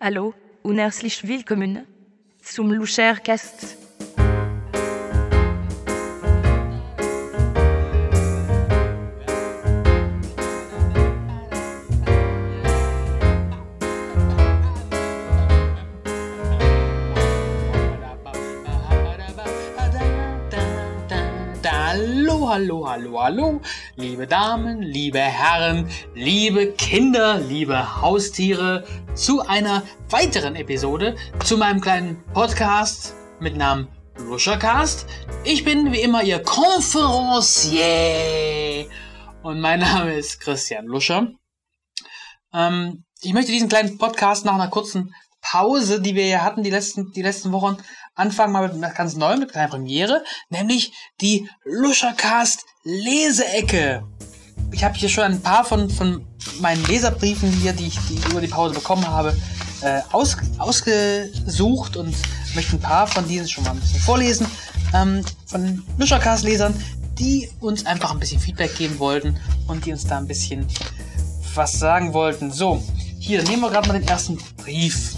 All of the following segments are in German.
Hallo, unerzlich willkommen zum Lucher Cast. Hallo, hallo, hallo, hallo, liebe Damen, liebe Herren, liebe Kinder, liebe Haustiere, zu einer weiteren Episode, zu meinem kleinen Podcast mit Namen Luschercast. Ich bin wie immer Ihr Conferencier und mein Name ist Christian Luscher. Ähm, ich möchte diesen kleinen Podcast nach einer kurzen Pause, die wir ja hatten, die letzten, die letzten Wochen, anfangen mal mit ganz neu, mit einer Premiere, nämlich die Luschercast Leseecke. Ich habe hier schon ein paar von, von meinen Leserbriefen hier, die ich, die ich über die Pause bekommen habe, äh, aus, ausgesucht und möchte ein paar von diesen schon mal ein bisschen vorlesen. Ähm, von Luschercast-Lesern, die uns einfach ein bisschen Feedback geben wollten und die uns da ein bisschen was sagen wollten. So, hier nehmen wir gerade mal den ersten Brief.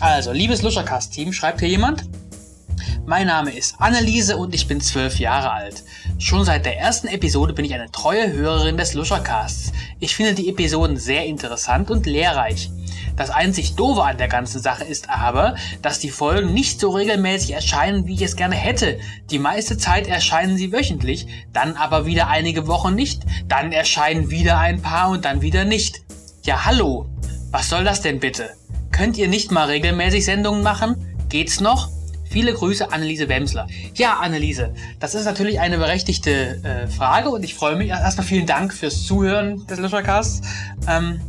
Also, liebes Luschercast-Team, schreibt hier jemand. Mein Name ist Anneliese und ich bin zwölf Jahre alt. Schon seit der ersten Episode bin ich eine treue Hörerin des Luschercasts. Ich finde die Episoden sehr interessant und lehrreich. Das einzig Doofe an der ganzen Sache ist aber, dass die Folgen nicht so regelmäßig erscheinen, wie ich es gerne hätte. Die meiste Zeit erscheinen sie wöchentlich, dann aber wieder einige Wochen nicht, dann erscheinen wieder ein paar und dann wieder nicht. Ja, hallo. Was soll das denn bitte? Könnt ihr nicht mal regelmäßig Sendungen machen? Geht's noch? Viele Grüße, Anneliese Wemsler. Ja, Anneliese, das ist natürlich eine berechtigte äh, Frage und ich freue mich. Erstmal vielen Dank fürs Zuhören des Löschercasts. Ähm,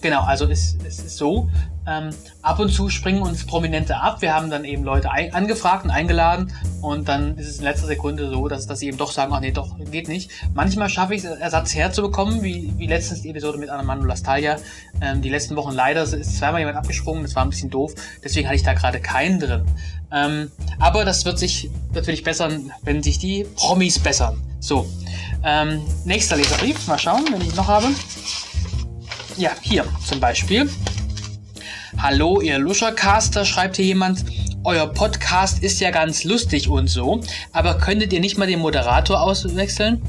genau, also es, es ist so. Ähm, ab und zu springen uns Prominente ab. Wir haben dann eben Leute ein, angefragt und eingeladen und dann ist es in letzter Sekunde so, dass, dass sie eben doch sagen, ach nee, doch, geht nicht. Manchmal schaffe ich es, Ersatz herzubekommen, wie, wie letztens die Episode mit Anamando Lastalia. Ähm, die letzten Wochen leider ist zweimal jemand abgesprungen, das war ein bisschen doof, deswegen hatte ich da gerade keinen drin. Ähm, aber das wird sich natürlich bessern, wenn sich die Promis bessern. So, ähm, nächster Leserbrief, mal schauen, wenn ich ihn noch habe. Ja, hier zum Beispiel. Hallo, ihr Luschercaster, schreibt hier jemand. Euer Podcast ist ja ganz lustig und so, aber könntet ihr nicht mal den Moderator auswechseln?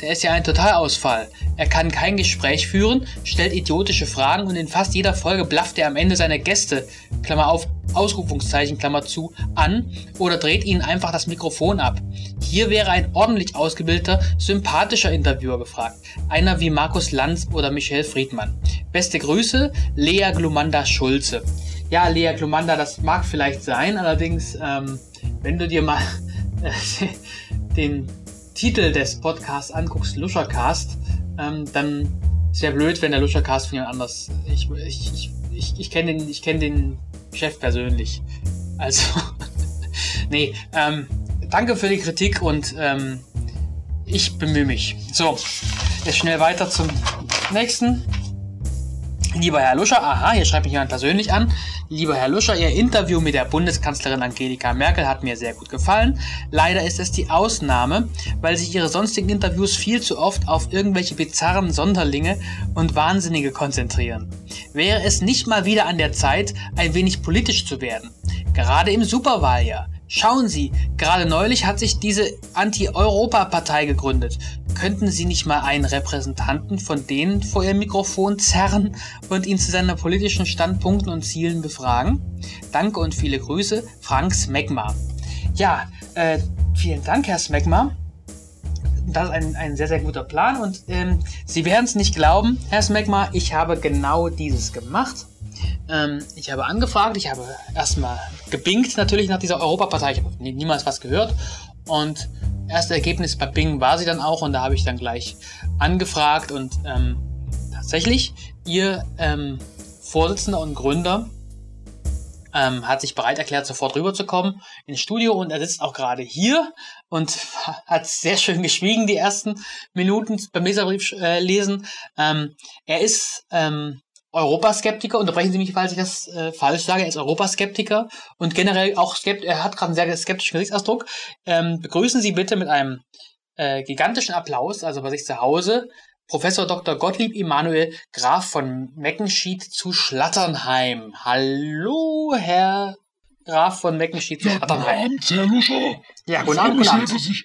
Der ist ja ein Totalausfall. Er kann kein Gespräch führen, stellt idiotische Fragen und in fast jeder Folge blafft er am Ende seine Gäste, Klammer auf, Ausrufungszeichen, Klammer zu, an oder dreht ihnen einfach das Mikrofon ab. Hier wäre ein ordentlich ausgebildeter, sympathischer Interviewer gefragt. Einer wie Markus Lanz oder Michel Friedmann. Beste Grüße, Lea Glumanda Schulze. Ja, Lea Glumanda, das mag vielleicht sein, allerdings, ähm, wenn du dir mal äh, den Titel des Podcasts anguckst, Luschercast, ähm, dann ist ja blöd, wenn der Luschercast von jemand anders. Ich, ich, ich, ich, ich kenne den, ich kenn den Chef persönlich. Also, nee, ähm, danke für die Kritik und ähm, ich bemühe mich. So, jetzt schnell weiter zum nächsten. Lieber Herr Luscher, aha, hier schreibt mich jemand persönlich an. Lieber Herr Luscher, Ihr Interview mit der Bundeskanzlerin Angelika Merkel hat mir sehr gut gefallen. Leider ist es die Ausnahme, weil sich Ihre sonstigen Interviews viel zu oft auf irgendwelche bizarren Sonderlinge und Wahnsinnige konzentrieren. Wäre es nicht mal wieder an der Zeit, ein wenig politisch zu werden? Gerade im Superwahljahr. Schauen Sie, gerade neulich hat sich diese Anti-Europa-Partei gegründet. Könnten Sie nicht mal einen Repräsentanten von denen vor Ihr Mikrofon zerren und ihn zu seinen politischen Standpunkten und Zielen befragen? Danke und viele Grüße, Frank Smegma. Ja, äh, vielen Dank, Herr Smegma. Das ist ein, ein sehr, sehr guter Plan und ähm, Sie werden es nicht glauben, Herr Smegma, ich habe genau dieses gemacht. Ähm, ich habe angefragt, ich habe erstmal gebingt natürlich nach dieser Europapartei. Ich habe nie- niemals was gehört. Und erste Ergebnis bei Bing war sie dann auch und da habe ich dann gleich angefragt und ähm, tatsächlich ihr ähm, Vorsitzender und Gründer ähm, hat sich bereit erklärt, sofort rüberzukommen ins Studio und er sitzt auch gerade hier und hat sehr schön geschwiegen die ersten Minuten beim Leserbrief äh, lesen. Ähm, er ist ähm, Europaskeptiker, unterbrechen Sie mich, falls ich das äh, falsch sage, er ist Europaskeptiker und generell auch skeptisch, er hat gerade einen sehr skeptischen Gesichtsausdruck. Ähm, begrüßen Sie bitte mit einem äh, gigantischen Applaus, also bei sich zu Hause, Professor Dr. Gottlieb Emanuel Graf von Meckenschied zu Schlatternheim. Hallo, Herr Graf von Meckenschied zu Ja, guten Schlatternheim. Abend, Herr Luscher. Ja, guten Ich freue Abend, mich guten sehr, Abend. dass ich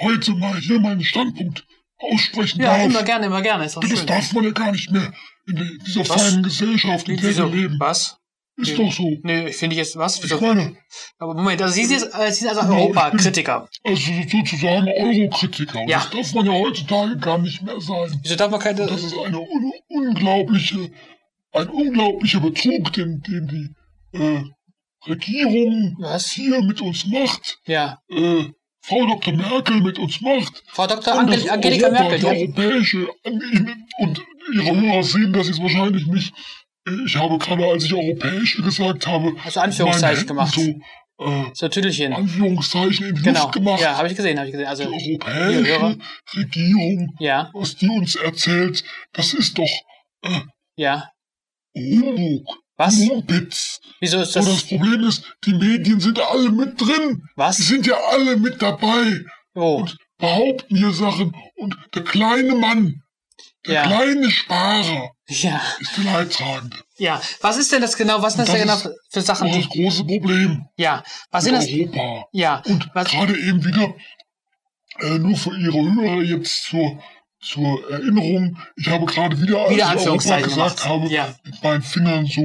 heute mal hier meinen Standpunkt aussprechen Ja, darf. immer gerne, immer gerne. Ist doch das schön. darf man ja gar nicht mehr in de- dieser Was? feinen Gesellschaft, in der wir Wieso? leben. Was? Ist doch so. Nee, finde ich jetzt was? Ich Wieso? meine, Aber Moment, also Sie sind, äh, Sie sind also Nee, ich bin- Europakritiker. also sozusagen Eurokritiker. Und Ja. Das darf man ja heutzutage gar nicht mehr sein. Wieso darf man keine. Das ist eine un unglaubliche, ein unglaublicher Betrug, den, den die äh, Regierung Was? hier mit uns macht. Ja. Äh, Frau Dr. Merkel mit uns macht. Frau Dr. Und Angel das Angelika Europa, Merkel, die ja. europäische, an ihnen, und ihre Hörer sehen das jetzt wahrscheinlich nicht. Ich habe gerade, als ich europäische gesagt habe, Hast du Anführungszeichen meine gemacht? Hände so äh, So Tüdelchen. Anführungszeichen in die Genau. Luft gemacht. Ja, habe ich gesehen, habe ich gesehen. Also, Die Ihr Hörer? europäische Regierung, ja, was die uns erzählt, das ist doch ja. Humbug, Was? Mumpitz. Wieso ist Und das das? Problem ist, die Medien sind alle mit drin. Die Was? sind ja alle mit dabei. Wo? behaupten hier Sachen und der kleine Mann, der Ja. kleine Sparer Ja. ist der Leidtragende. Ja. Was ist denn das genau? Was sind das, Das denn genau ist- für- für Das Sachen, ist Oh, das die. große Problem Ja. Was sind in das? Europa. Ja. Und Was? gerade eben wieder, äh, nur für Ihre Hörer jetzt zur, zur Erinnerung, ich habe gerade wieder, als Wieder ich Europa Anführungszeichen gesagt gemacht. habe, Ja. mit meinen Fingern so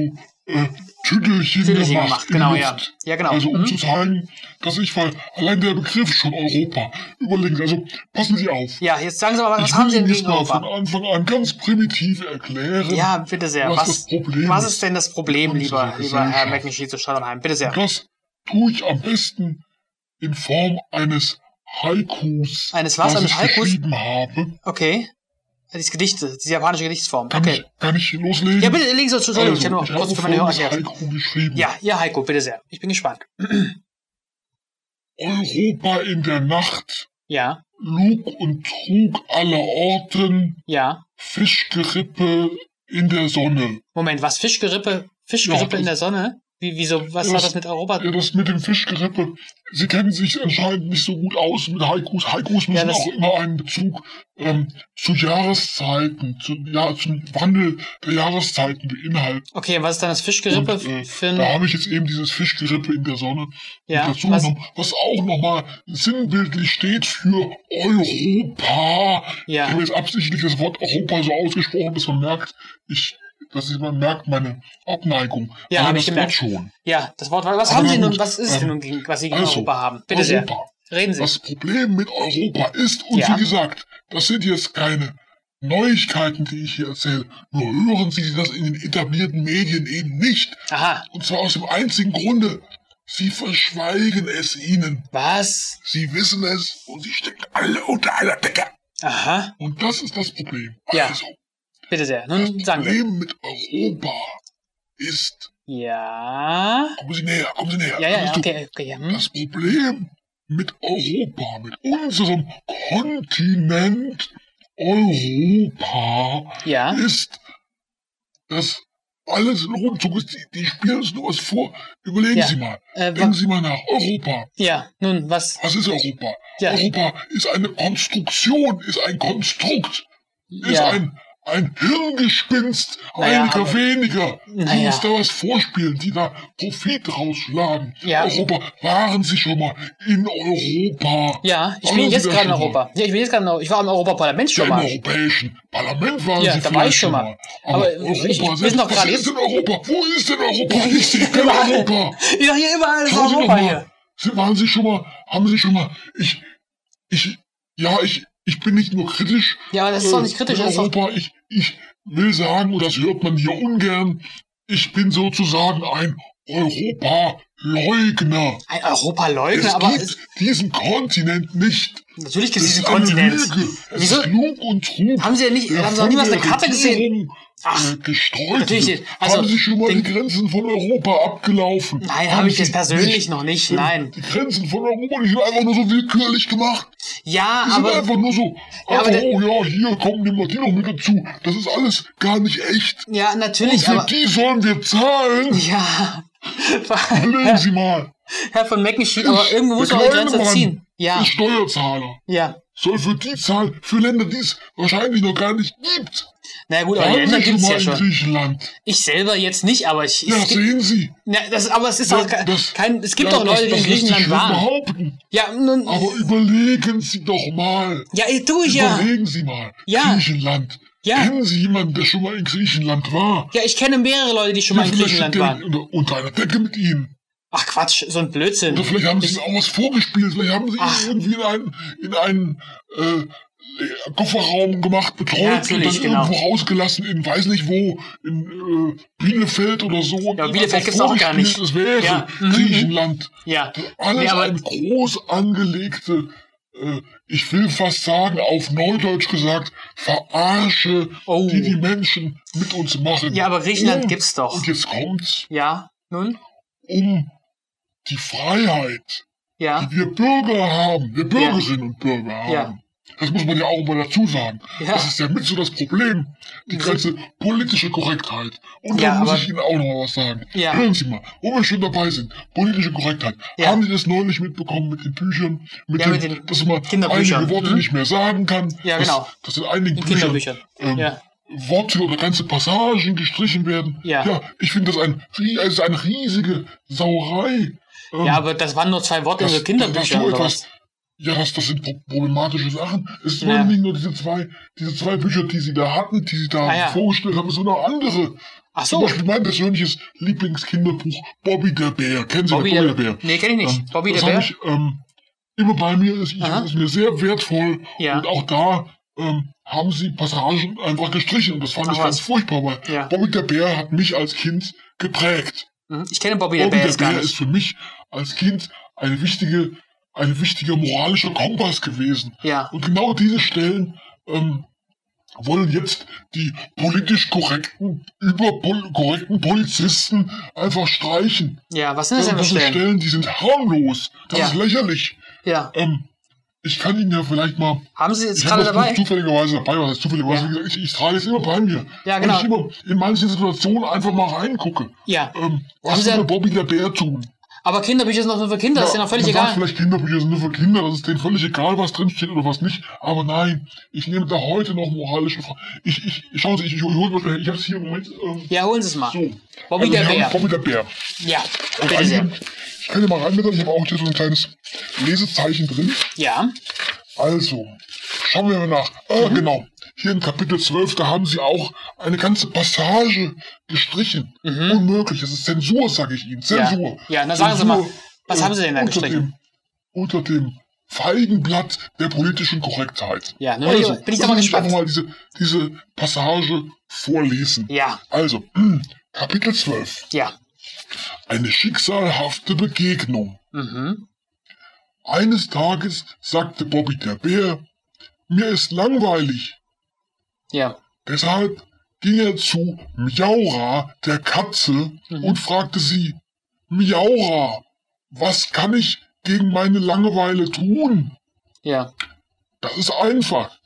äh, Tüdelchen, Tüdelchen gemacht. gemacht, in genau, die ja. Luft. Ja, genau. Also um Mhm. zu zeigen, dass ich, weil allein der Begriff schon Europa, überlegen Sie, also passen Sie auf. Ja, jetzt sagen Sie mal, was ich haben will Sie denn Ihnen jetzt gegen mal von Europa? Anfang an ganz primitiv erklären, Ja, bitte sehr. was, Was, das Problem was ist. ist denn das Problem, Unsere lieber, lieber Herr Gesellschaft. Meckenschied zu Stadelheim? Bitte sehr. Das tue ich am besten in Form eines Haikus. Eines was? Eines ich Haikus? geschrieben habe. Okay. Dieses Gedicht, diese japanische Gedichtsform. Kann, Okay. ich, kann ich loslegen? Ja, bitte, legen Sie uns zu. Also, Entschuldigung, ich ich habe habe nur noch kurz für meine Hörer folgendes erklärt. Haiku geschrieben. Ja, ja, Heiko, bitte sehr. Ich bin gespannt. Europa in der Nacht, Ja, Lug und Trug aller Orten, ja. Fischgerippe in der Sonne. Moment, was? Fischgerippe? Fischgerippe Ja, in der Sonne? Wie, wieso? Was das- hat das mit Europa? Ja, Äh, das mit dem Fischgerippe. Sie kennen sich anscheinend nicht so gut aus mit Haikus. Haikus müssen das- auch immer einen Bezug ähm, zu Jahreszeiten, zu, ja, zum Wandel der Jahreszeiten beinhalten. Okay, und was ist dann das Fischgerippe Und, äh, für Da ein. habe ich jetzt eben dieses Fischgerippe in der Sonne Genau. Ja, mit dazu was- genommen, was auch nochmal sinnbildlich steht für Europa. Ja. Ich habe jetzt absichtlich das Wort Europa so ausgesprochen, dass man merkt, ich, dass man merkt meine Abneigung. Ja, Allein habe ich das Wort gemerkt. schon. Ja, das Wort. Was Aber haben na Sie nun? gut, Was ist es denn ähm, nun, gegen, was Sie gegen also, Europa haben? Bitte Europa. sehr. Reden Sie. Das Problem mit Europa ist, und Ja. wie gesagt, das sind jetzt keine Neuigkeiten, die ich hier erzähle. Nur hören Sie das in den etablierten Medien eben nicht. Aha. Und zwar aus dem einzigen Grunde. Sie verschweigen es ihnen. Was? Sie wissen es und sie stecken alle unter einer Decke. Aha. Und das ist das Problem. Ja. Also, Bitte sehr. das Nun sagen Sie. Problem mit Europa ist. Ja. Kommen Sie näher, kommen Sie näher. Ja, ja, ja, Bist du- okay, okay. ja, Hm. Das Problem mit Europa, mit unserem Kontinent Europa Ja. ist, dass alles in Rumzug ist. Die, die spielen uns nur was vor. Überlegen Ja. Sie mal. Äh, wa- Denken Sie mal nach. Europa. ja, nun, was? Was ist Europa? Ja. Europa ist eine Konstruktion, ist ein Konstrukt, ist Ja. ein, ein Hirngespinst Naja, einiger aber- weniger, die Naja. uns da was vorspielen, die da Profit rausschlagen. Ja. Europa, waren Sie schon mal in Europa? Ja, ich Waren bin Sie jetzt da gerade in schon mal? Europa. Ja, ich bin jetzt gerade in Europa. Ich war im Europaparlament Ja, schon im mal. Europäischen Parlament waren Ja, Sie da war vielleicht ich schon mal. Aber, Aber Europa ich- ich bin selbst, noch was gerade ist jetzt- denn Europa? Wo ist denn Europa? Ich sehe kein Überall. Europa. Ja, hier überall ist Schauen Sie doch Europa mal. hier. Sie, waren Sie schon mal, haben Sie schon mal, ich, ich, ja, ich, ich bin nicht nur kritisch. Ja, aber das ist doch nicht kritisch. mit Das ist doch, Europa, ich, ich will sagen, und das hört man hier ungern, ich bin sozusagen ein Europa-Leugner. ein Es Europa-Leugner, aber gibt es, diesen Kontinent nicht. natürlich gibt Es es ist diesen eine Kontinent. Lüge. Es Wieso? ist Lug und Trug. Haben Sie denn nicht, der haben Sie noch von niemals der eine Karte gesehen? Regierung, Ach, äh, gestreut natürlich wird. nicht. Also, haben Sie schon mal den- die Grenzen von Europa abgelaufen? Nein, Haben habe ich Sie jetzt persönlich nicht. noch nicht. Die- Nein. Die Grenzen von Europa, die sind einfach nur so willkürlich gemacht. Ja, Die sind aber, einfach nur Ja, so, aber einfach, der- oh ja, hier kommen die Martino mit dazu. Das ist alles gar nicht echt. ja, Und natürlich, für aber, die sollen wir zahlen. ja. Überlegen Sie mal. Herr von Meckenschied, aber Ich, irgendwo muss der man die kleine Grenze Mann, ziehen. Ja, Ich Steuerzahler. ja. soll für die zahlen, für Länder, die es wahrscheinlich noch gar nicht gibt. Na gut, aber Waren Länder Sie schon gibt's mal ja in schon. Griechenland? Ich selber jetzt nicht, aber ich. ich Ja, sehen Sie. na, das, aber es ist auch kein, kein. Es gibt ja, doch Leute, die das, in das lässt sich Griechenland schon waren. behaupten. Ja, nun. Aber überlegen Sie doch mal. Ja, ich- tu ich ja. Überlegen Sie mal. Ja. Griechenland. Ja. Kennen Sie jemanden, der schon mal in Griechenland war? Ja, ich kenne mehrere Leute, die schon mal in vielleicht Griechenland steht der waren. Unter, unter einer Decke mit Ihnen. Ach Quatsch, so ein Blödsinn. Oder vielleicht haben sie ihm auch was vorgespielt. Vielleicht haben sie Ach. ihn irgendwie in einen, in einen äh, Kofferraum gemacht, Ja, betreut und natürlich, dann genau. irgendwo rausgelassen in weiß nicht wo, in äh, Bielefeld oder so. und Ja, ihnen Bielefeld einfach gibt's auch gar vorgespielt, Es wäre Ja, mhm. Griechenland. Ja. Alles Nee, aber- eine groß angelegte, äh, ich will fast sagen, auf Neudeutsch gesagt, Verarsche, Oh. die die Menschen mit uns machen. Ja, aber Griechenland um, gibt's doch. Und jetzt kommt's Ja, nun? um die Freiheit Ja. die wir Bürger haben, wir Bürgerinnen und Bürger haben. Ja. Das muss man ja auch mal dazu sagen. Ja. Mhm. Das ist ja mit so das Problem. Die ganze politische Korrektheit. Und Ja, da muss aber- ich Ihnen auch noch mal was sagen. Ja. Hören Sie mal, wo wir schon dabei sind. Politische Korrektheit. Ja. Haben Sie das neulich mitbekommen mit den Büchern? Mit Ja, dem, mit den dass man Kinderbüchern. einige Worte Mhm. nicht mehr sagen kann. Ja, dass, genau. Dass in einigen In Büchern, Kinderbüchern. Ähm, Ja. Worte oder ganze Passagen gestrichen werden. Ja. ich finde das ein, rie- also eine riesige Sauerei. Ähm, Ja, aber das waren nur zwei Worte in das- so Kinderbüchern das so oder etwas- was? Ja, das, das sind pro- problematische Sachen. Es Ja. waren nicht nur diese zwei, diese zwei Bücher, die sie da hatten, die sie da Ah, ja. vorgestellt haben, sondern auch andere. Ach Zum so. Beispiel mein persönliches Lieblingskinderbuch, Bobby der Bär. Kennen Sie Bobby den der Bobby der Bär? Nee, kenne ich nicht. Ähm, Bobby das der Bär? hab Ich, ähm, immer bei mir ist, ich, Aha. ist mir sehr wertvoll. Ja. Und auch da ähm, haben sie Passagen einfach gestrichen. Und das fand Ach ich ganz was. furchtbar, weil Ja. Bobby der Bär hat mich als Kind geprägt. Mhm. Ich kenne Bobby der Bobby Bär der jetzt gar Bär ist nicht. für mich als Kind eine wichtige, ein wichtiger moralischer Kompass gewesen. Ja. Und genau diese Stellen ähm, wollen jetzt die politisch korrekten, überpol korrekten Polizisten einfach streichen. Ja, was sind Äh, Das das denn sind für Stellen? Stellen, die sind harmlos. Das Ja. ist lächerlich. Ja. Ähm, ich kann Ihnen ja vielleicht mal. Haben Sie jetzt ich hab gerade das Buch dabei? zufälligerweise dabei, was heißt zufälligerweise? Ja. Wie gesagt, Ich, ich trage es immer bei mir. Ja, Weil genau. Ich immer in manchen Situationen einfach mal reingucke. Ja. Ähm, Haben was Sie- würde Bobby der Bär tun? Aber Kinderbücher sind doch nur für Kinder, das ist ja noch völlig man Sagt egal. vielleicht Kinderbücher sind nur für Kinder, das ist denen völlig egal, was drinsteht oder was nicht. Aber nein, ich nehme da heute noch moralische Fragen. Ich, ich, ich, schauen Sie, ich, ich hole mal schnell, ich hab's hier im Moment. Ähm, Ja, holen Sie es mal. so. Bobby der hier Bär. haben wir Bobby der Blätter. Ja, Und bitte sehr. einige- Ich kann hier mal reinblättern, ich habe auch hier so ein kleines Lesezeichen drin. Ja. Also, schauen wir mal nach. Mhm. Ah, genau. Hier in Kapitel 12, da haben sie auch eine ganze Passage gestrichen. Unmöglich, das ist Zensur, sage ich Ihnen. Zensur. Mhm. Ja, dann sagen Sie Zensur, äh, mal, was haben Sie denn da unter gestrichen? Dem, unter dem Feigenblatt der politischen Korrektheit. Also, Ja, ne, bin ich doch mal lassen Sie mich gespannt. einfach mal diese, diese Passage vorlesen. Ja. Also, Kapitel 12. Ja. Eine schicksalhafte Begegnung. Mhm. Eines Tages sagte Bobby der Bär, mir ist langweilig. Ja. Deshalb ging er zu Miaura, der Katze, und fragte sie, Miaura, was kann ich gegen meine Langeweile tun? Ja. Das ist einfach,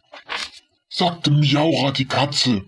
sagte Miaura die Katze.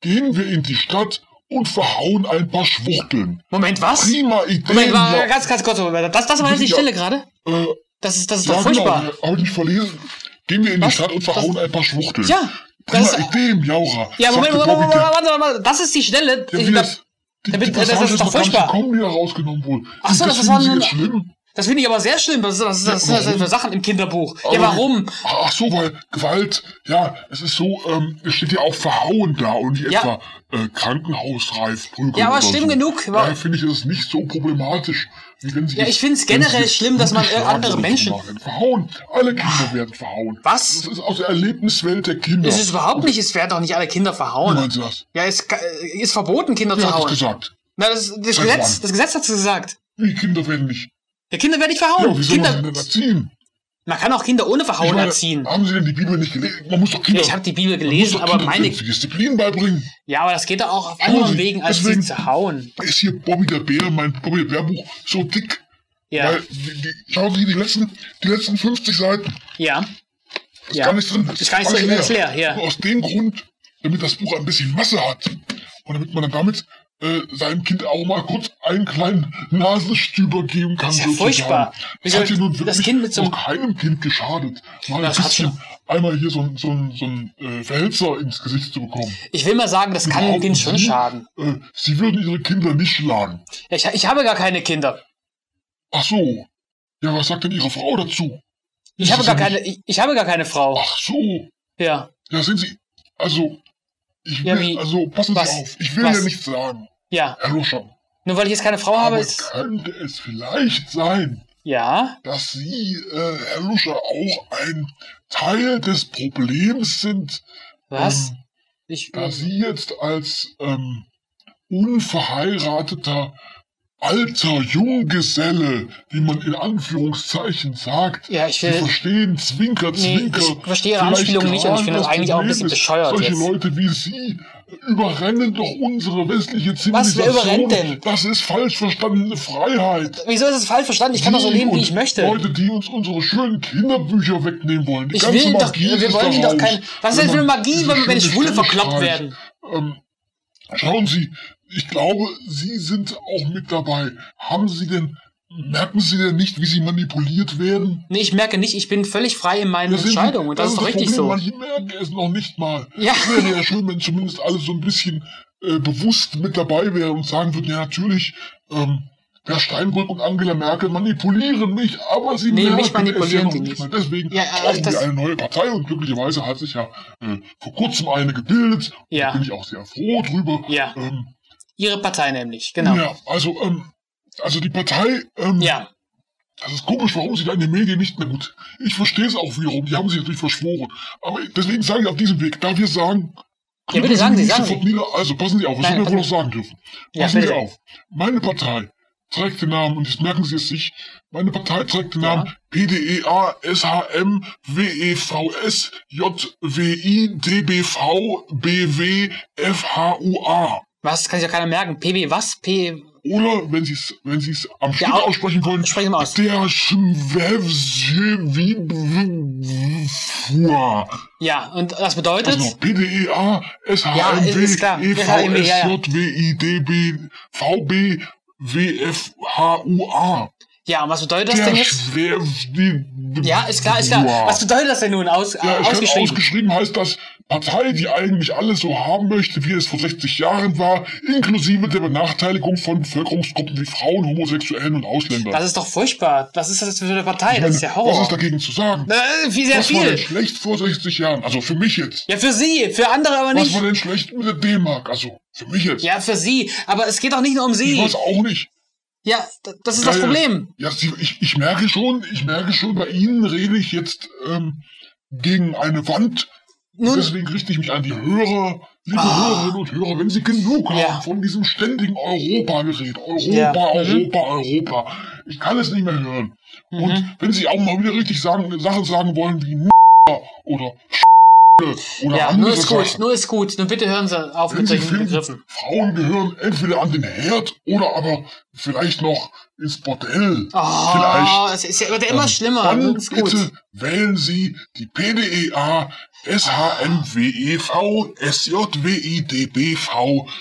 Gehen wir in die Stadt und verhauen ein paar Schwuchteln. Moment, was? Prima Idee. Moment, war Mia- ganz, ganz kurz. Moment. Das, das war jetzt die Ja. Stelle gerade? äh, Das ist, das ist ja, doch furchtbar. genau, habe ich nicht verlesen. Gehen wir in Was? die Stadt und verhauen ein paar Schwuchteln. Ja, Prima das ist- Idee, Miaura. Ja, Moment, Moment, sagte Moment, Bobby der Moment, Moment, Moment, das ist die Stelle. Ja, Ich, wie das das, die, damit- die das- das Passage ist doch noch gar nicht furchtbar. gekommen, die da rausgenommen wurde. Ach so, Und das finden war Sie nur- jetzt schlimm. das finde ich aber sehr schlimm. Das, das, das, das sind warum? für Sachen im Kinderbuch. ja, Aber- warum? Also, Ach so, weil Gewalt, ja, es ist so, ähm, es steht ja auch verhauen da und nicht Ja. etwa äh, krankenhausreif prügeln. Ja, aber oder schlimm so. genug. Daher finde ich, es ist nicht so problematisch, wie wenn sie Ja, jetzt- ich find's wenn sie generell jetzt schlimm, dass man äh, zugeschlagen andere oder so Menschen- Ah, machen. Verhauen. Alle Kinder werden verhauen. Was? Das ist aus der Erlebniswelt der Kinder. Es ist überhaupt nicht, es werden doch nicht alle Kinder Wie verhauen. meinen Sie das? Ja, es ka- äh, ist verboten, Kinder Wer zu hat das hauen. gesagt? Na, das, das, Seit Gesetz, wann? das Gesetz hat's gesagt. Wie Kinder werden nicht. Ja, Kinder werden nicht Ja, verhauen. wie soll man sie Kinder, denn erziehen? man kann auch Kinder ohne Ich Verhauen meine, erziehen. Haben Sie denn die Bibel nicht gelesen? Man muss doch Kinder. Ja, ich habe die Bibel man muss gelesen, doch aber Kindern meine. vernünftige Disziplin beibringen. Ja, aber das geht doch auch auf Schauen anderen Sie, Wegen, als sie deswegen- zu hauen. Ist hier Bobby der Bär, mein Bobby der Bärbuch, so dick? Ja. Weil, die, die, schauen Sie die letzten, die letzten 50 Seiten. Ja. Ist Ja. gar nichts drin. Ist gar nichts Alles drin, ist leer, ja. Und Aus dem Grund, damit das Buch ein bisschen Masse hat. Und damit man dann damit äh, seinem Kind auch mal kurz einen kleinen Nasenstüber geben kann. Das ist ja sozusagen. furchtbar. Das hat ja nun Das wirklich Kind mit so einem- noch keinem Kind geschadet, mal ein Das hat bisschen einmal hier so ein, so ein, so ein äh, Verhältser ins Gesicht zu bekommen. Ich will mal sagen, das kann dem Kind schon Sie, schaden. Äh, sie würden ihre Kinder nicht schlagen. Ja, Ich, ich habe gar keine Kinder. Ach so. Ja, was sagt denn ihre Frau dazu? Ich Ist habe es gar ja keine, ich, ich habe gar keine Frau. Ach so. Ja, Ja, sehen Sie, also, ich Ja, will, wie? also, passen Was? Sie auf, ich will Was? ja nichts sagen, ja. Herr Luscher. Nur weil ich jetzt keine Frau habe, Aber ist. könnte es vielleicht sein, Ja. dass Sie, äh, Herr Luscher, auch ein Teil des Problems sind, Was? Ähm, Ich. da Sie jetzt als ähm, unverheirateter alter Junggeselle, wie man in Anführungszeichen sagt, Ja, ich Sie will. verstehen, Zwinker, Nee, Zwinker. ich verstehe Ihre Vielleicht Anspielung nicht und ich gerade finde das eigentlich auch ein Problem bisschen ist, bescheuert Solche jetzt. Leute wie Sie überrennen doch unsere westliche Zivilisation. wer überrennt denn? Das ist falsch verstandene Freiheit. Wieso ist es falsch verstanden? Ich kann doch so Sie leben, wie und ich möchte. Leute, die uns unsere schönen Kinderbücher wegnehmen wollen. Die Ich ganze will doch, Magie wir ist wollen ihnen doch daraus, kein. Was ist wenn denn für eine man Magie, diese wenn, wenn schöne Schwule verkloppt Ständigkeit, werden? Ähm, schauen Sie, ich glaube, Sie sind auch mit dabei. Haben Sie denn, merken Sie denn nicht, wie Sie manipuliert werden? Nee, ich merke nicht, ich bin völlig frei in meinen Das ist- Entscheidungen und das, ist doch richtig so. Problem, Manche merken es noch nicht mal. Ja. Es wäre ja schön, wenn zumindest alle so ein bisschen äh, bewusst mit dabei wären und sagen würden, ja natürlich, ähm, Herr Steinbrück und Angela Merkel manipulieren mich, aber sie Nee, mich merken es ja manipulieren noch die nicht nicht. mal. Deswegen Ja, ach, brauchen das- wir eine neue Partei und glücklicherweise hat sich ja äh, vor kurzem eine gebildet. Ja. Da bin ich auch sehr froh drüber. Ja. Ähm, Ihre Partei nämlich, genau. Ja. ja also, ähm, also die Partei, ähm, das ist komisch, warum sie da in den Medien nicht mehr gut. Ich verstehe es auch wiederum, die haben sich natürlich verschworen. Aber deswegen sage ich auf diesem Weg, da wir sagen. Ja, bitte sagen Sie, nicht sagen sofort Sie. Nieder, also passen Sie auf, was Nein, wir wohl noch passen- sagen dürfen. Ja, passen Sie bitte. auf. Meine Partei trägt den Namen, und jetzt merken Sie es sich, meine Partei trägt den Ja. Namen E PDEA SHM E WEVS JWI DBV BW FHUA. Was? Kann sich ja keiner merken. PW, was? P. Oder wenn Sie es wenn Sie's am Stück au- aussprechen wollen, Sprechen Sie mal aus. der Schwevsjewibfua. Ja, und das bedeutet? Also PDEA, Ja, ist- ist SHMB, klar. SHMB, ja, ja. E EVSJWIDB, VB, WFHUA. Ja, und was bedeutet das Der denn jetzt? Schwevsjewibfua. Ja, ist klar, ist klar. Was bedeutet das denn nun aus, Ja, äh, ich ausgeschrieben. ausgeschrieben? halt ausgeschrieben heißt das Partei, die eigentlich alles so haben möchte, wie es vor 60 Jahren war, inklusive der Benachteiligung von Bevölkerungsgruppen wie Frauen, Homosexuellen und Ausländern. Das ist doch furchtbar. Was ist das für eine Partei? Ich das meine, ist ja Was Horror. ist dagegen zu sagen? äh, wie sehr was war denn viel. schlecht vor 60 Jahren? Also für mich jetzt. Ja, für Sie, für andere aber Was war nicht. denn schlecht mit der D-Mark? Also für mich jetzt. Ja, für Sie. Aber es geht doch nicht nur um Ich Sie. weiß auch nicht. Ja, d- das ist das Geil. Problem. Ja, Sie, ich, ich merke schon, ich merke schon, bei Ihnen rede ich jetzt ähm, gegen eine Wand. Nun- Deswegen richte ich mich an die Hörer, liebe Ah. Hörerinnen und Hörer, wenn Sie genug haben Ja. von diesem ständigen Europa-Gerät. Europa, Ja. Mhm. Mhm. Europa, Europa. Ich kann es nicht mehr hören. Und wenn Sie auch mal wieder richtig sagen, Sachen sagen wollen wie oder oder Ja, nur andere ist gut, Sachen. nur ist gut. Nun bitte hören Sie auf Wenn mit Sie solchen finden, Begriffen. Frauen gehören entweder an den Herd oder aber vielleicht noch ins Bordell. vielleicht. Ähm, Oh, es ist ja, wird ja immer schlimmer. Dann Nun ist gut. bitte wählen Sie die E PDEA E SHMWEV SJWIDBV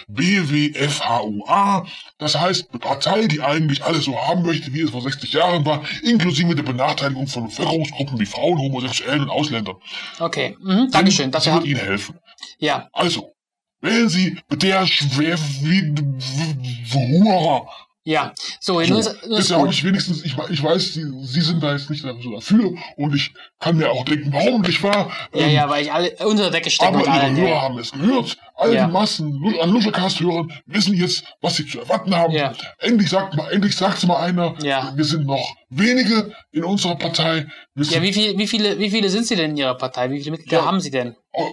BWFHUA. Das heißt, eine Partei, die eigentlich alles so haben möchte, wie es vor 60 Jahren war, inklusive der Benachteiligung von Bevölkerungsgruppen wie Frauen, Homosexuellen und Ausländern. Okay, mhm, Dankeschön. Das Sie wird ja, Ihnen helfen. ja. Also, wählen Sie mit der Schwerwidwura. Ja, so, oh. So, nun ist, nun ist ist ja auch gut. nicht wenigstens, ich, ich weiß, Sie, Sie sind da jetzt nicht so dafür und ich kann mir auch denken, warum nicht wahr? Ja, Ähm, ja, weil ich alle unter der Decke stecke aber mit Ihre allen. Hörer Ja. haben es gehört. All Ja. die Massen Lu- an Luschakast-Hörern wissen jetzt, was sie zu erwarten haben. Ja. Endlich sagt mal, endlich sagt's mal einer, Ja. wir sind noch wenige in unserer Partei. Wir Ja, sind, wie, viel, wie, viele, wie viele sind Sie denn in Ihrer Partei? Wie viele Mitglieder Ja. haben Sie denn? äh,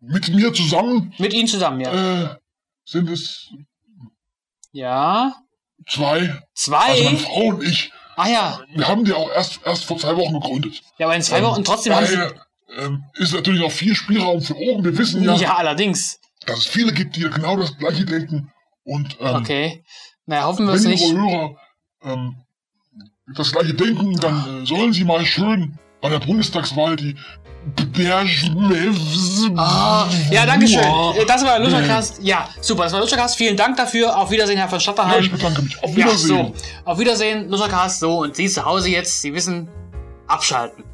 mit mir zusammen Mit Ihnen zusammen, ja. äh, sind es Ja. zwei. Also meine Zwei? Frau und ich. Ah ja. Wir haben die auch erst, erst vor zwei Wochen gegründet. Ja, aber in zwei Wochen und trotzdem haben Sie. Daher ähm, ist natürlich noch viel Spielraum für oben. Wir wissen ja, Ja, allerdings. dass es viele gibt, die genau das gleiche denken. Und ähm, Okay. Na, hoffen wir wenn es unsere nicht. Hörer ähm, das gleiche denken, dann äh, sollen sie mal schön bei der Bundestagswahl die Ah, Ja, danke schön. Äh, Das war Luschercast. Ja, super. Das war Luschercast. Vielen Dank dafür. Auf Wiedersehen, Herr von Ja, ich Schatterheim. bedanke mich. Auf Ja, Wiedersehen. so. Auf Wiedersehen, Luschercast. So, und Sie zu Hause jetzt, Sie wissen, abschalten.